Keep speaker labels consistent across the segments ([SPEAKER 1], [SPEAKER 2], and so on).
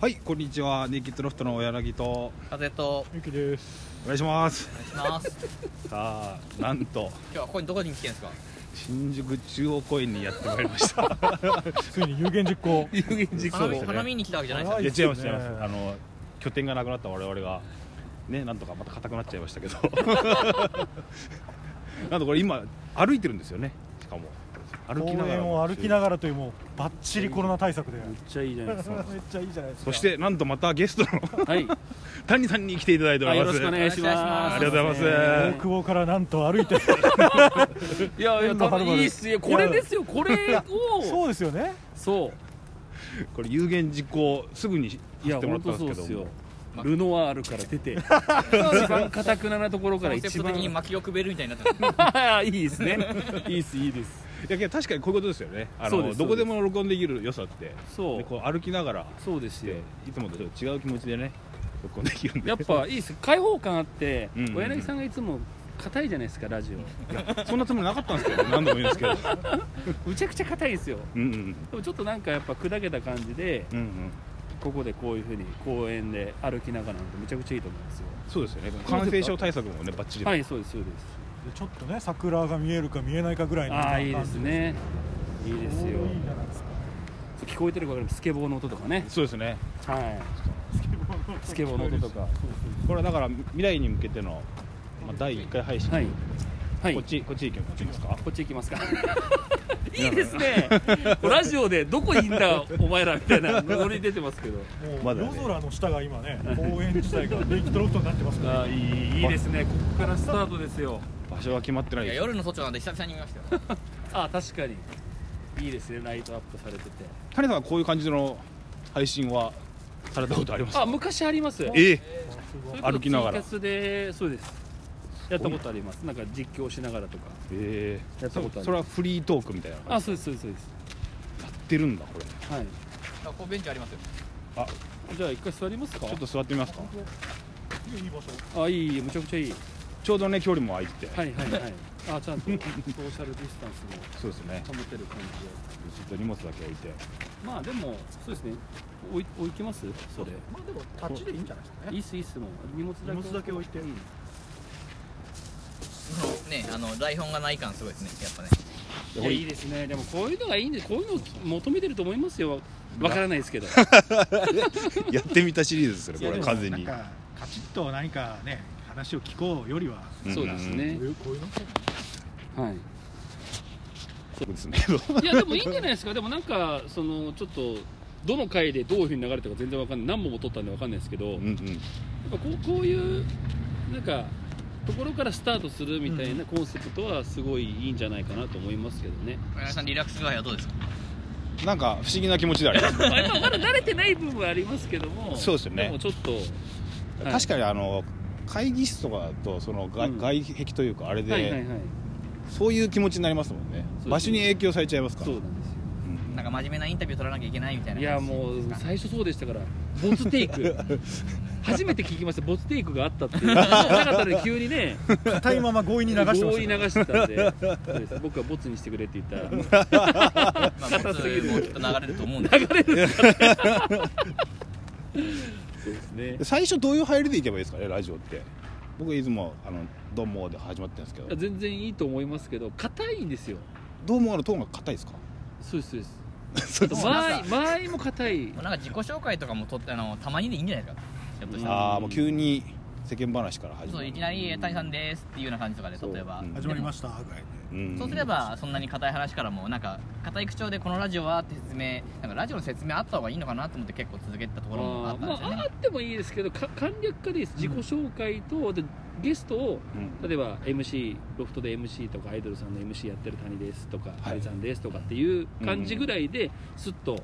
[SPEAKER 1] はいこんにちはネイキッドロフトの柳と
[SPEAKER 2] 風と
[SPEAKER 3] ゆきです。
[SPEAKER 1] お願いします
[SPEAKER 2] お願いします。
[SPEAKER 1] さあなんと
[SPEAKER 2] 今日はここにどこに来てんですか。
[SPEAKER 1] 新宿中央公園にやってまいりました
[SPEAKER 3] つ いに有言実行。
[SPEAKER 1] 有言実
[SPEAKER 2] 花
[SPEAKER 1] 行で
[SPEAKER 2] 見、
[SPEAKER 1] した
[SPEAKER 2] 花
[SPEAKER 1] ね
[SPEAKER 2] 見に来たわけじゃない
[SPEAKER 1] い
[SPEAKER 2] で
[SPEAKER 1] や違います
[SPEAKER 3] い
[SPEAKER 1] 違い
[SPEAKER 3] いで
[SPEAKER 1] ます
[SPEAKER 3] ね
[SPEAKER 1] すあの拠点がなくなった我々がねなんとかまた硬くなっちゃいましたけど なんとこれ今歩いてるんですよねしかも歩
[SPEAKER 3] 公
[SPEAKER 1] きながら
[SPEAKER 3] 園を歩きながらというもうバッチリコロナ対策で。
[SPEAKER 4] めっちゃいいじゃない
[SPEAKER 3] めっ
[SPEAKER 4] ですか。
[SPEAKER 3] ちゃいいじゃないですか。
[SPEAKER 1] そしてなんとまたゲストの
[SPEAKER 4] はい、
[SPEAKER 1] 谷さんに来ていただいてお
[SPEAKER 4] あ
[SPEAKER 1] り
[SPEAKER 4] よ
[SPEAKER 1] ま
[SPEAKER 4] ろ
[SPEAKER 1] す
[SPEAKER 4] しくお願いします。
[SPEAKER 1] ありがとうござ
[SPEAKER 3] 大
[SPEAKER 1] い
[SPEAKER 3] 久保からなんと歩いて。
[SPEAKER 4] いやい
[SPEAKER 3] 遠
[SPEAKER 4] や、
[SPEAKER 3] 藤はるばる
[SPEAKER 4] いいっすよ、これですよ、これ
[SPEAKER 3] そ
[SPEAKER 4] を。
[SPEAKER 3] うですよね。
[SPEAKER 4] そ
[SPEAKER 1] これ有言実行すぐにし
[SPEAKER 4] う、いや、
[SPEAKER 1] てもら
[SPEAKER 4] 本
[SPEAKER 1] ったん
[SPEAKER 4] 当
[SPEAKER 1] ですけ
[SPEAKER 4] そうで
[SPEAKER 1] ど
[SPEAKER 4] すよ。ルノワールから出て、一
[SPEAKER 2] すか。
[SPEAKER 4] 番かたくななところ
[SPEAKER 2] コ
[SPEAKER 4] から
[SPEAKER 2] ンセ
[SPEAKER 4] 一
[SPEAKER 2] プト
[SPEAKER 4] 番。
[SPEAKER 2] 的に
[SPEAKER 4] い
[SPEAKER 2] 薪をくべるみたいになってる。
[SPEAKER 4] いですね。いいっす、いいです。
[SPEAKER 1] いやけど確かにこういうことですよねあ
[SPEAKER 4] そうで
[SPEAKER 1] の
[SPEAKER 4] す
[SPEAKER 1] どこでも録音できる良さって
[SPEAKER 4] そ
[SPEAKER 1] で
[SPEAKER 4] う、
[SPEAKER 1] こう歩きながら
[SPEAKER 4] そうですよ
[SPEAKER 1] で。いつもとちょっと違う気持ちでね録音できるんで
[SPEAKER 4] やっぱいいっす、開放感あって
[SPEAKER 1] うんうんう、ん
[SPEAKER 4] 小柳さんがいつも。硬いじゃないですか ラジ
[SPEAKER 1] そんなつもりなかったんですけど何度も言うんですけど
[SPEAKER 4] オむちゃくちゃ硬いですよ
[SPEAKER 1] うんうん
[SPEAKER 4] でもちょっとなんかやっぱ砕けた感じで
[SPEAKER 1] うんうん
[SPEAKER 4] ここでこういうふうに公園で歩きながらなんてむちゃくちゃいいと思うんですよ
[SPEAKER 1] そうですよね感染症対策もねバッチリ
[SPEAKER 4] はいそうですそうです
[SPEAKER 3] ちょっとね桜が見えるか見えないかぐらいの。
[SPEAKER 4] ああいいです。ねいいですよ
[SPEAKER 3] いいじゃないですか。
[SPEAKER 4] 聞こえてるか分かるスケボーの音とかね
[SPEAKER 1] そうですね
[SPEAKER 4] はいスケボーの音とか
[SPEAKER 1] これはだから未来に向けての、まあ、第1回配信、
[SPEAKER 4] はいはい
[SPEAKER 1] こっちこっち行きますいいですか
[SPEAKER 4] こっち行きますか いいですね ラジオでどこにいんだお前らみたいなノリ出てますけど
[SPEAKER 3] もう
[SPEAKER 1] まだね
[SPEAKER 3] 夜空の下が今 ね公園自体が電気トロットになってます から。
[SPEAKER 4] あーいいいいですねここからスタートですよ
[SPEAKER 1] 場所は決まってない
[SPEAKER 2] いや、
[SPEAKER 1] です
[SPEAKER 2] 夜の都庁なんで、久々に見ましたよ。
[SPEAKER 4] あー確かにいいですねライトアップされてて
[SPEAKER 1] 谷さんはこういう感じの配信はされたことあります
[SPEAKER 4] あ昔あります
[SPEAKER 1] ええ
[SPEAKER 4] それこそ
[SPEAKER 1] 歩きながら
[SPEAKER 4] ツイキャスでそうですやったことありますなんか実況しながらとか
[SPEAKER 1] え
[SPEAKER 4] やったこ
[SPEAKER 1] そ
[SPEAKER 4] とある
[SPEAKER 1] それはフリートークみたいな感
[SPEAKER 4] あそうですそうですそうで
[SPEAKER 1] じやってるんだこれ
[SPEAKER 4] すはい
[SPEAKER 2] あここベンチあります よ。
[SPEAKER 4] じゃあ一回座りますか
[SPEAKER 1] ちょっと座ってみますか
[SPEAKER 3] いい場所。
[SPEAKER 4] あいいいいむちゃくちゃいい
[SPEAKER 1] ちょうどね距離も空いてて、
[SPEAKER 4] はいはいはいあちゃんとソーシャルディスタンス
[SPEAKER 1] そうですね
[SPEAKER 4] も保てる感じ
[SPEAKER 1] ちょ
[SPEAKER 4] で
[SPEAKER 1] っと荷物だけ置いて
[SPEAKER 4] まあでもそうですね置い置いきますそれ
[SPEAKER 3] まあでも立ちでいいんじゃないですか
[SPEAKER 4] いいっすいいっすもう荷物だけ
[SPEAKER 3] 荷物だけ置いて
[SPEAKER 4] うん
[SPEAKER 2] ね、あの台本がない感すごいですね。やっぱね。
[SPEAKER 4] いやいいですねでもこういうのがいいんでこういうの求めてると思いますよわからないですけど
[SPEAKER 1] やってみたシリーズですね
[SPEAKER 4] いやでも
[SPEAKER 3] なんかカチッと何かね話を聞こうよりは。
[SPEAKER 4] そうです
[SPEAKER 3] こ
[SPEAKER 4] ね
[SPEAKER 3] ういうこういうの。
[SPEAKER 4] はい
[SPEAKER 1] そうですね
[SPEAKER 4] いやでもいいんじゃないですかでもなんかそのちょっとどの回でどういうふうに流れたか全然わかんない何本も撮ったんでわかんないですけど、
[SPEAKER 1] うんうん
[SPEAKER 4] やっぱこうこういうなんかところからスタートするみたいなコンセプトはすごいいいんじゃないかなと思いますけど ね、
[SPEAKER 2] 皆さん、リラックス具合はどうですか。
[SPEAKER 1] なんか不思議な気持ちであります
[SPEAKER 4] まあやっぱまだ慣れてない部分はありますけども
[SPEAKER 1] そうですよね
[SPEAKER 4] もちょっとはい
[SPEAKER 1] 確かにあの会議室とかだとその外,、
[SPEAKER 4] うん
[SPEAKER 1] 外壁というかあれで、
[SPEAKER 4] はいはいはい
[SPEAKER 1] そういう気持ちになりますもんね
[SPEAKER 4] そう
[SPEAKER 1] 場所に影響されちゃいますから
[SPEAKER 4] そうなんですよ
[SPEAKER 1] うん
[SPEAKER 2] なんか真面目なインタビュー取らなきゃいけないみたいな。
[SPEAKER 4] いやもう最初そう でしたからボツテイク初めて聞きましたボツテイクがあっ たっていうなかったで急にね
[SPEAKER 3] 硬いまま強引に流してました
[SPEAKER 4] 強
[SPEAKER 3] ね
[SPEAKER 4] 引に流してたんでそうです僕はボツにしてくれって言ったら
[SPEAKER 2] まあ、もうきっと流れると思うんで。
[SPEAKER 4] そうですね
[SPEAKER 1] 最初どういう入りでいけばいいですかねラジオって僕いつも「あのどうも」で始まってるんですけど
[SPEAKER 4] 全然いいと思いますけど硬いんですよ
[SPEAKER 1] 「どうも」のトーンが硬いですか
[SPEAKER 4] そうですそうです
[SPEAKER 1] そう
[SPEAKER 2] です
[SPEAKER 4] 間合い間合いも硬い
[SPEAKER 2] もうなんか自己紹介とかもとって、あの、たまにでいいんじゃないですか。ちょっとした ら。
[SPEAKER 1] ああもう急に世間話から始
[SPEAKER 2] そ
[SPEAKER 1] ま
[SPEAKER 2] う、
[SPEAKER 1] る
[SPEAKER 2] いきなり、えー谷さんですっていうような感じとかで、例えば
[SPEAKER 1] そうう。ん
[SPEAKER 3] 始まりましたぐらいで。
[SPEAKER 1] ん
[SPEAKER 2] そうすればそんなに硬い話からもなんか硬い口調でこのラジオはって説明なんかラジオの説明あった方がいいのかなと思って結構続けてたところもあ
[SPEAKER 4] あ
[SPEAKER 2] っ
[SPEAKER 4] ー
[SPEAKER 2] たん
[SPEAKER 4] ま
[SPEAKER 2] ですよね
[SPEAKER 4] ああってもいいですけどか簡略化でいいです自己紹介とでゲストを
[SPEAKER 1] うん
[SPEAKER 4] 例えば MC ロフトで MC とかアイドルさんの MC やってる谷ですとか
[SPEAKER 1] い
[SPEAKER 4] 谷さんですとかっていう感じぐらいですっと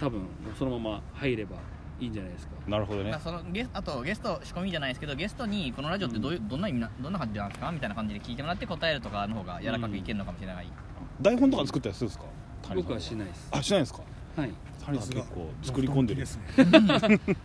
[SPEAKER 4] 多分そのまま入ればいいんじゃないですか
[SPEAKER 1] なるほど
[SPEAKER 2] ま
[SPEAKER 1] ね
[SPEAKER 2] あ、そのゲスあとゲスト仕込みじゃないですけどゲストにこのラジオってどういう、どんな意味などんな感じなんですかみたいな感じで聞いてもらって答えるとかの方が柔らかくいけるのかもしれない、
[SPEAKER 1] 台本とか作ったりするんですか谷さん
[SPEAKER 4] 僕はしないです
[SPEAKER 1] あしないんですか
[SPEAKER 4] はい
[SPEAKER 1] 谷さん結構作り込んでる
[SPEAKER 3] ですね。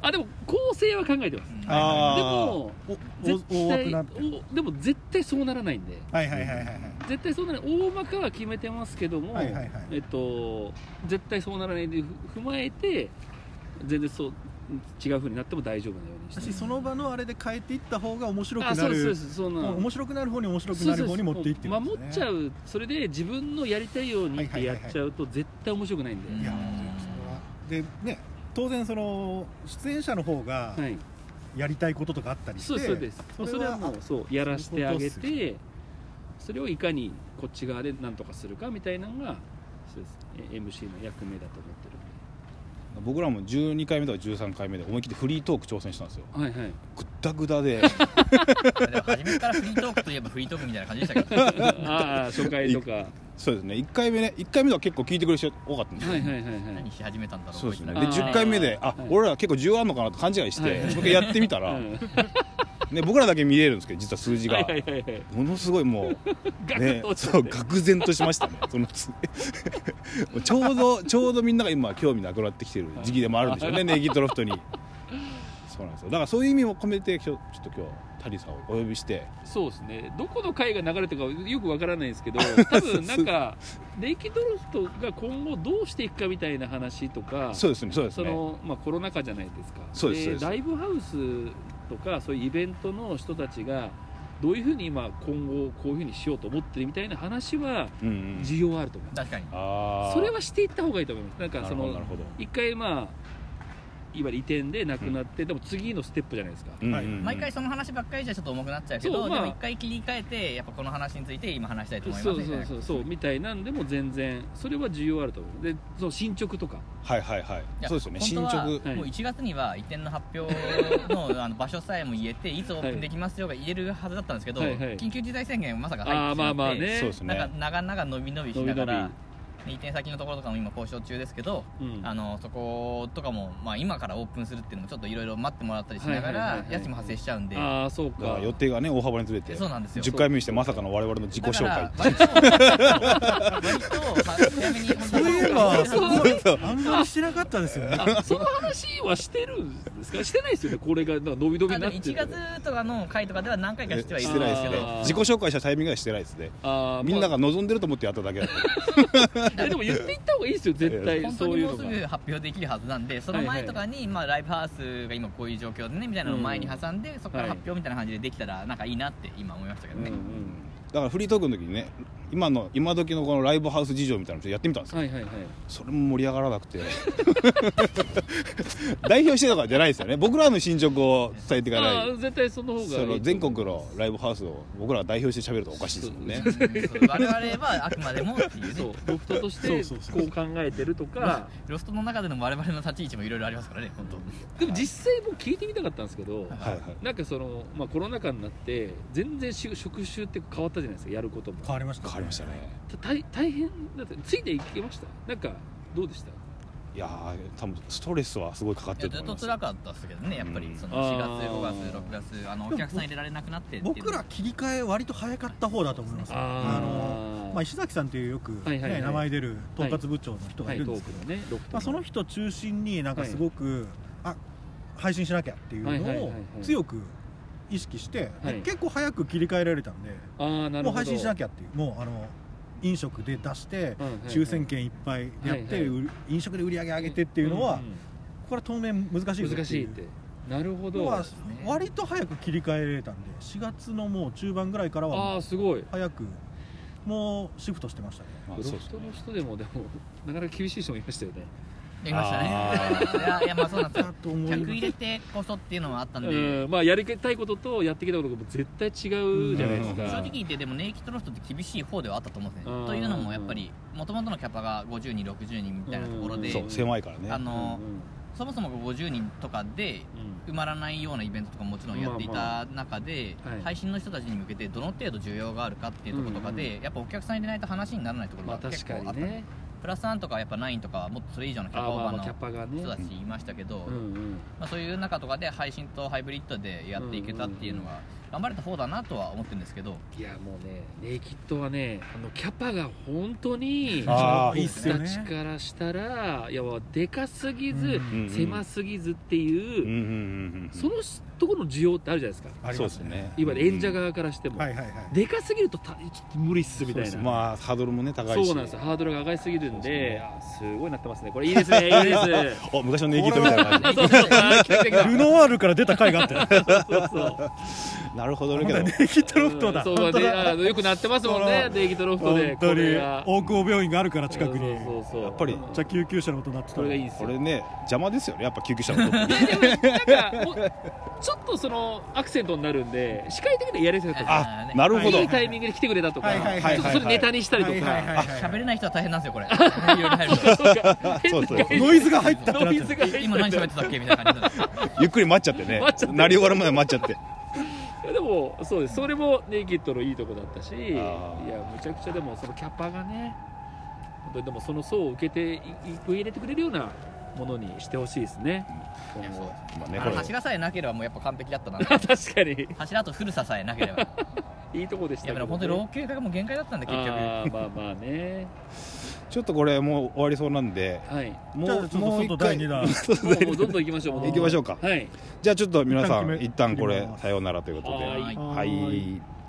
[SPEAKER 4] あでも構成は考えてます
[SPEAKER 2] うん
[SPEAKER 1] あ
[SPEAKER 4] で
[SPEAKER 1] ー
[SPEAKER 4] も
[SPEAKER 3] お
[SPEAKER 4] 絶
[SPEAKER 3] 大枠
[SPEAKER 4] 対
[SPEAKER 3] なって。
[SPEAKER 4] おでも絶対そうならないんで
[SPEAKER 3] はいはいはいはいはい。
[SPEAKER 4] 絶対そうならない大まかは決めてますけども、
[SPEAKER 3] はいはいはい
[SPEAKER 4] えっと、絶対そうならないでふ踏まえて全然そう違う風になっても大丈夫なようにして
[SPEAKER 3] 私その場のあれで変えていった方が面白く
[SPEAKER 4] あ
[SPEAKER 3] な
[SPEAKER 4] そうですそうで
[SPEAKER 3] る
[SPEAKER 4] すそうな
[SPEAKER 3] もう面白くなる方に面白くなる方に持っていってるんですね
[SPEAKER 4] 守っちゃうそれで自分のやりたいようにっ
[SPEAKER 3] は
[SPEAKER 4] て
[SPEAKER 3] い
[SPEAKER 4] や
[SPEAKER 3] はいはいは
[SPEAKER 4] っ
[SPEAKER 3] い
[SPEAKER 4] ちゃうと絶対面白くないんで、
[SPEAKER 2] うん
[SPEAKER 3] いやそれはでね当然その出演者の方が
[SPEAKER 4] はい、
[SPEAKER 3] やりたいこととかあったりして、
[SPEAKER 4] そうですそうですそ
[SPEAKER 3] それ
[SPEAKER 4] れ
[SPEAKER 3] は
[SPEAKER 4] はもうそうやらせてあげ
[SPEAKER 3] そうい
[SPEAKER 4] てそれをいかにこっち側で何とかするかみたいなのがそうですえ MC の役目だと思って
[SPEAKER 1] 僕らも12回目とか13回目で思い切ってフリートーク挑戦したんですよ
[SPEAKER 4] るはいはい
[SPEAKER 1] ぐったぐだ で
[SPEAKER 2] でも初めからフリートークといえばフリートークみたいな感じでしたけど
[SPEAKER 4] ああ初回とかは
[SPEAKER 1] そうですね1回目ね1回目とか結構聞いてくれる人多かったん
[SPEAKER 4] い
[SPEAKER 1] ですよ、
[SPEAKER 4] はいはいはい
[SPEAKER 2] 何し始めたんだろう
[SPEAKER 1] そうですねで
[SPEAKER 4] あー
[SPEAKER 1] 10回目であ、
[SPEAKER 4] はい
[SPEAKER 1] 俺ら結構需要あんのかなと勘違いして、
[SPEAKER 4] はい
[SPEAKER 1] 僕やってみたら、
[SPEAKER 4] うんはい
[SPEAKER 1] ね、僕らだけ見れるんですけど実は数字が、
[SPEAKER 4] はいはいはい
[SPEAKER 1] ものすごいもう、
[SPEAKER 4] ガクッ
[SPEAKER 1] ね
[SPEAKER 4] と、落ちち
[SPEAKER 1] そ
[SPEAKER 4] ゃ
[SPEAKER 1] う
[SPEAKER 4] って
[SPEAKER 1] 愕然としましたね そのつ ちょうどちょうどみんなが今興味なくなってきてる時期でもあるんでしょうねネギトロフトにそうなんですよだからそういう意味も込めて今日ちょっと今日タリさんをお呼びして
[SPEAKER 4] そうですねどこの回が流れてるかよくわからないんですけ ど多分なんかネイキッドロフトが今後どうしていくかみたいな話とか
[SPEAKER 1] そうですねそうです
[SPEAKER 4] そ
[SPEAKER 1] ね
[SPEAKER 4] のまあ、コロナ禍じゃないですか
[SPEAKER 1] そうですそうです
[SPEAKER 4] ライブハウスとかそういうイベントの人たちがどういうふうに今今後こういうふうにしようと思ってるみたいな話は
[SPEAKER 1] うんうん
[SPEAKER 4] 需要はあると思いま
[SPEAKER 2] 確
[SPEAKER 4] す、
[SPEAKER 2] かに
[SPEAKER 1] ああ
[SPEAKER 4] それはしていった方がいいと思いますなんか
[SPEAKER 1] な
[SPEAKER 4] そ
[SPEAKER 1] るほど
[SPEAKER 4] の
[SPEAKER 1] なるほど、
[SPEAKER 4] 一回まあいわゆる移転でなくなって、でも次のステップじゃないですか、
[SPEAKER 1] うん
[SPEAKER 3] はい
[SPEAKER 1] うんうん
[SPEAKER 2] 毎回その話ばっかりじゃちょっと重くなっちゃうけど
[SPEAKER 4] そうまあ
[SPEAKER 2] でも一回切り替えてやっぱこの話について今話したいと思いま
[SPEAKER 4] そ
[SPEAKER 2] す
[SPEAKER 4] う
[SPEAKER 2] みたい
[SPEAKER 4] そう
[SPEAKER 2] な
[SPEAKER 4] そうそうみたいなんでも全然それは需要あると思うでその進捗とか
[SPEAKER 1] はいはいはい
[SPEAKER 2] いや
[SPEAKER 1] そうですよね進
[SPEAKER 2] 本当は
[SPEAKER 1] 捗
[SPEAKER 4] はい
[SPEAKER 2] もう1月には移転の発表 のあの場所さえも言えていつオープンできますよが言えるはずだったんですけど、
[SPEAKER 4] はいはい
[SPEAKER 2] 緊急事態宣言まさか入ってし
[SPEAKER 4] あ
[SPEAKER 2] ま
[SPEAKER 4] あ
[SPEAKER 2] って
[SPEAKER 4] まあまあね
[SPEAKER 1] そうです
[SPEAKER 2] なんか
[SPEAKER 1] ね
[SPEAKER 2] 長々伸び伸びし
[SPEAKER 4] 伸び
[SPEAKER 2] なが
[SPEAKER 4] 伸び、
[SPEAKER 2] ら移転先のところとかも今交渉中ですけど、
[SPEAKER 4] うん
[SPEAKER 2] あのそことかも、まあ、今からオープンするっていうのもちょっといろいろ待ってもらったりしなが
[SPEAKER 4] はいはい
[SPEAKER 2] ら
[SPEAKER 4] はいはい
[SPEAKER 2] 家賃も発生しちゃうんで。
[SPEAKER 4] ああそう
[SPEAKER 1] だか
[SPEAKER 4] から
[SPEAKER 1] 予定がね大幅にずれて
[SPEAKER 2] そうなんですよ
[SPEAKER 1] 10回目にしてまさかの我々の自己
[SPEAKER 2] だ
[SPEAKER 1] 紹
[SPEAKER 2] から
[SPEAKER 1] 介
[SPEAKER 2] 割と割と早 めに
[SPEAKER 3] そういえばそこ
[SPEAKER 1] そう
[SPEAKER 3] あんまりしてなかったですよね
[SPEAKER 4] あその話はしてるんですかしてないですよねこれがなんか伸び伸び
[SPEAKER 2] あで
[SPEAKER 4] になっ
[SPEAKER 2] も
[SPEAKER 4] てる
[SPEAKER 2] 1月とかの回とかでは何回かしてはい
[SPEAKER 1] え
[SPEAKER 2] る
[SPEAKER 1] して
[SPEAKER 2] んで
[SPEAKER 1] ないですす
[SPEAKER 2] け
[SPEAKER 1] け
[SPEAKER 2] ど
[SPEAKER 1] ど自己紹介したタイミングはしてないですね
[SPEAKER 4] あー
[SPEAKER 1] みんな
[SPEAKER 4] ま
[SPEAKER 1] が望んでると思ってやっただけだった
[SPEAKER 4] あいやでも言っていった方がいいですよ絶対、
[SPEAKER 2] 本当
[SPEAKER 4] そう
[SPEAKER 2] に
[SPEAKER 4] いう
[SPEAKER 2] も
[SPEAKER 4] の
[SPEAKER 2] うす
[SPEAKER 4] が
[SPEAKER 2] ぐ発表できるはずなんでその前とかに、まあ、ライブハウスが今こういう状況でねみたいなのを前に挟んで、そこから発表みたいな感じでできたらなんかいいなって今思いましたけど
[SPEAKER 4] うんう
[SPEAKER 2] ね、
[SPEAKER 4] ん
[SPEAKER 1] だからフリートークの時にね今の今時のこのライブハウス事情みたいなのをちょっとやってみたんですよ
[SPEAKER 4] はいはいはい
[SPEAKER 1] それも盛り上がらなくて 代表してたからじゃないですよね僕らの進捗を伝えていか
[SPEAKER 4] あ
[SPEAKER 1] な
[SPEAKER 4] あ
[SPEAKER 1] い
[SPEAKER 4] 絶対その方がいいと
[SPEAKER 1] そ
[SPEAKER 4] 思
[SPEAKER 1] の
[SPEAKER 4] う
[SPEAKER 1] 全国のライブハウスを僕らが代表して喋るとおかしいですもんね
[SPEAKER 2] そう我々はあくまでもっていう
[SPEAKER 4] そ
[SPEAKER 2] ね
[SPEAKER 4] うロフトとして
[SPEAKER 3] そうそう
[SPEAKER 4] こ
[SPEAKER 3] そう
[SPEAKER 4] う考えてるとか
[SPEAKER 2] ロフトの中での我々の立ち位置もいろいろありますからね本当
[SPEAKER 4] でも実際も聞いてみたかったんですけど、
[SPEAKER 1] はいはい
[SPEAKER 4] なんかその、まあ、コロナ禍になって全然し職種って変わったじゃないですかやることも
[SPEAKER 3] 変わりました
[SPEAKER 1] 変わりましたね
[SPEAKER 4] 大大変だってついていけましたなんかどうでした
[SPEAKER 1] いやー多分ストレスはすごいかかっ
[SPEAKER 2] い
[SPEAKER 1] て
[SPEAKER 2] や
[SPEAKER 1] ると
[SPEAKER 2] ずっ
[SPEAKER 1] 思い
[SPEAKER 2] と
[SPEAKER 1] ます
[SPEAKER 2] 辛かったですけどねやっぱり
[SPEAKER 1] うん
[SPEAKER 2] そ
[SPEAKER 4] あ
[SPEAKER 2] の4
[SPEAKER 4] ー
[SPEAKER 2] 月5月6月あのお客さん入れられなくなってっていう
[SPEAKER 3] 僕ら切り替え割と早かった方だと思いますあの
[SPEAKER 4] ー
[SPEAKER 3] まあ、石崎さんというよく、ね
[SPEAKER 4] はいはいはい
[SPEAKER 3] 名前出る統括部長の人が
[SPEAKER 4] はいい、
[SPEAKER 3] るん
[SPEAKER 4] ト
[SPEAKER 3] で
[SPEAKER 4] ー
[SPEAKER 3] すけ
[SPEAKER 4] ク
[SPEAKER 3] ど、
[SPEAKER 4] のね、ロフトの
[SPEAKER 3] まあ、その人中心になんかすごく、あ配信しなきゃっていう
[SPEAKER 4] はいはいはい
[SPEAKER 3] の
[SPEAKER 4] は
[SPEAKER 3] を
[SPEAKER 4] い
[SPEAKER 3] 強く意識して、で
[SPEAKER 4] はい
[SPEAKER 3] 結構早く切り替えられたんで
[SPEAKER 4] あーなるほど
[SPEAKER 3] もう配信しな
[SPEAKER 4] き
[SPEAKER 3] きゃっていうもうあの飲食で出して
[SPEAKER 4] ゃ、はいはいはい
[SPEAKER 3] 抽選券いっぱいやって、
[SPEAKER 4] はいはい
[SPEAKER 3] 売り飲食で売り上げ上げてっていうのは、
[SPEAKER 4] ん
[SPEAKER 3] これは当面難しい
[SPEAKER 4] うん
[SPEAKER 3] ぞ
[SPEAKER 4] 難しいっ
[SPEAKER 3] う
[SPEAKER 4] てなるほ
[SPEAKER 3] の
[SPEAKER 4] ど
[SPEAKER 3] は
[SPEAKER 4] あ
[SPEAKER 3] 割と早く切り替えられたんで4月のもう中盤ぐらいからはも
[SPEAKER 4] あ
[SPEAKER 3] う
[SPEAKER 4] ーすごい
[SPEAKER 3] 早くもうシフトしてましたね
[SPEAKER 1] まあ
[SPEAKER 4] ロ
[SPEAKER 1] そうです
[SPEAKER 4] フト
[SPEAKER 1] ね
[SPEAKER 4] の人でもでもなかなか厳しい人もいましたよね
[SPEAKER 2] やりましたねいやいやまあそうなんですよ
[SPEAKER 3] だと思います
[SPEAKER 2] 客入れてこそっていうのもあったんで、
[SPEAKER 4] うんまあやりたいこととやってきたことがもう絶対違うじゃないですか、
[SPEAKER 1] うん
[SPEAKER 2] 正直言ってでもネイキッドロフトって厳しい方ではあったと思うんです
[SPEAKER 4] うん
[SPEAKER 2] ねというのもやっぱりもともとのキャパが50人60人みたいなところで
[SPEAKER 4] うん
[SPEAKER 1] そう狭いからね
[SPEAKER 2] あの
[SPEAKER 4] うん
[SPEAKER 2] そもそもが50人とかで埋まらないようなイベントとかももちろんやっていた中で
[SPEAKER 4] まあまあはい
[SPEAKER 2] 配信の人たちに向けてどの程度需要があるかっていうところとか
[SPEAKER 4] うん
[SPEAKER 2] でやっぱお客さん入れないと話にならないとこ
[SPEAKER 4] うん
[SPEAKER 2] ろ
[SPEAKER 4] まあ
[SPEAKER 2] が
[SPEAKER 4] 確
[SPEAKER 2] 結構
[SPEAKER 4] か
[SPEAKER 2] あった
[SPEAKER 4] に
[SPEAKER 2] んで
[SPEAKER 4] ね
[SPEAKER 2] プラス1とかはやっぱ9とかはもっとそれ以上のキャパ
[SPEAKER 4] あー
[SPEAKER 2] オー
[SPEAKER 4] ま
[SPEAKER 2] バ
[SPEAKER 4] あ
[SPEAKER 2] ー
[SPEAKER 4] まあキャ
[SPEAKER 2] の
[SPEAKER 4] パがね
[SPEAKER 2] 人たちいましたけど
[SPEAKER 4] うんうん
[SPEAKER 2] まあそういう中とかで配信とハイブリッドでやっていけたっていうのが頑張れた方だなとは思ってるんですけど
[SPEAKER 4] いやもうねネイキッドはねあのキャパが本当に
[SPEAKER 1] あー
[SPEAKER 4] 僕
[SPEAKER 1] いいっ
[SPEAKER 3] すよね
[SPEAKER 4] たちからしたらいやでかすぎず、
[SPEAKER 3] うん
[SPEAKER 1] うんうん
[SPEAKER 4] 狭すぎずって
[SPEAKER 1] うんうん
[SPEAKER 4] い
[SPEAKER 1] う
[SPEAKER 4] う、
[SPEAKER 1] んうん
[SPEAKER 4] そのところの需要ってあるじゃないですか
[SPEAKER 3] あり
[SPEAKER 1] そう
[SPEAKER 3] ま
[SPEAKER 1] ですす
[SPEAKER 3] ね
[SPEAKER 1] ね
[SPEAKER 4] いわゆる演者側からしても、
[SPEAKER 3] はいはいはい
[SPEAKER 4] でかすぎるとたちょっと無理っすみたいな
[SPEAKER 1] そうそうまあハードルもね高いし
[SPEAKER 4] そうなんですよハードルが上がりすぎるん
[SPEAKER 1] そうです
[SPEAKER 4] で
[SPEAKER 1] ね
[SPEAKER 4] あすごいなってますねこれいいですねいいです
[SPEAKER 1] お 昔のネイキッドみたいな感
[SPEAKER 4] あそうそうあ来た来た来た
[SPEAKER 3] ルノワールから出た回があっ て
[SPEAKER 4] そうそう
[SPEAKER 1] じなるほど
[SPEAKER 3] ま
[SPEAKER 1] ねけ
[SPEAKER 3] だ
[SPEAKER 1] ど
[SPEAKER 3] ネイキッドロフトだ
[SPEAKER 4] そう
[SPEAKER 3] 本当
[SPEAKER 4] で
[SPEAKER 3] だ
[SPEAKER 4] あのよくなってますもんね
[SPEAKER 3] そう
[SPEAKER 4] デイギトロフトで
[SPEAKER 3] 本当
[SPEAKER 4] こ
[SPEAKER 3] に
[SPEAKER 4] れが
[SPEAKER 3] 大久保病院があるから近くに
[SPEAKER 4] そうそうそう
[SPEAKER 1] やっぱり
[SPEAKER 4] うん
[SPEAKER 3] じゃあ救急車の音になってた
[SPEAKER 4] これがいいです
[SPEAKER 1] こ
[SPEAKER 4] よ
[SPEAKER 1] れね邪魔ですよねやっぱ救急車 のとこに
[SPEAKER 4] でもなんかもうちょっとそのアクセントになるんで視界的にはやりやすかった
[SPEAKER 2] あー
[SPEAKER 1] あ
[SPEAKER 2] ね
[SPEAKER 1] なるほ
[SPEAKER 4] です
[SPEAKER 1] ど
[SPEAKER 4] いいタイミングで来てくれたとか
[SPEAKER 3] はいはいはい
[SPEAKER 4] ちょっとそれネタにしたりと
[SPEAKER 3] はいはい
[SPEAKER 4] か
[SPEAKER 3] はい
[SPEAKER 2] 喋れ
[SPEAKER 3] は
[SPEAKER 2] ない人は大変なんですよ これより入ると
[SPEAKER 1] そうそう
[SPEAKER 3] いノイズが入ったってな
[SPEAKER 4] ノ
[SPEAKER 3] っ
[SPEAKER 4] イ
[SPEAKER 3] て
[SPEAKER 4] ズ
[SPEAKER 3] る
[SPEAKER 4] が入って
[SPEAKER 2] 今何喋ってたっけみたいな感じだった
[SPEAKER 1] ゆっくり待っちゃってね
[SPEAKER 4] 待っちゃって
[SPEAKER 1] 鳴り終わるまで待っちゃって
[SPEAKER 4] いやでもそうですそれもネイキッドのいいとこだったしいや
[SPEAKER 1] ー
[SPEAKER 4] むちゃくちゃでもそのキャパがね本当にでもその層を受けてい受け入れてくれるようなものにしてほしいですね、
[SPEAKER 2] いや
[SPEAKER 4] 今
[SPEAKER 2] そう
[SPEAKER 4] 後
[SPEAKER 1] まあね
[SPEAKER 2] あ
[SPEAKER 1] こ
[SPEAKER 2] の
[SPEAKER 1] れ
[SPEAKER 2] 柱さえなければもうやっぱ完璧だったな
[SPEAKER 4] 確かに
[SPEAKER 2] 柱と古ささえなければ
[SPEAKER 4] いいとこでし
[SPEAKER 2] い
[SPEAKER 4] た
[SPEAKER 2] や
[SPEAKER 4] け
[SPEAKER 2] で
[SPEAKER 4] ど、
[SPEAKER 2] も
[SPEAKER 4] ね、
[SPEAKER 2] 本当に老朽化がもう限界だったんで結局
[SPEAKER 4] あーまあまあね
[SPEAKER 1] ちょっとこれもう終わりそうなんで
[SPEAKER 4] はい
[SPEAKER 3] じゃあ
[SPEAKER 1] も
[SPEAKER 3] ちょっ
[SPEAKER 1] う
[SPEAKER 3] と
[SPEAKER 1] もう
[SPEAKER 3] 外
[SPEAKER 1] 一
[SPEAKER 3] 第
[SPEAKER 1] 回
[SPEAKER 3] 2弾
[SPEAKER 4] もうもうどんどん行きましょう
[SPEAKER 1] 行きましょうか
[SPEAKER 4] はい
[SPEAKER 1] じゃあちょっと皆さ
[SPEAKER 3] 一旦
[SPEAKER 1] ん
[SPEAKER 3] 決め
[SPEAKER 1] 一旦これ
[SPEAKER 3] 切ります
[SPEAKER 1] さようならということで
[SPEAKER 4] は
[SPEAKER 1] は
[SPEAKER 4] ー
[SPEAKER 1] い
[SPEAKER 4] い
[SPEAKER 3] はーい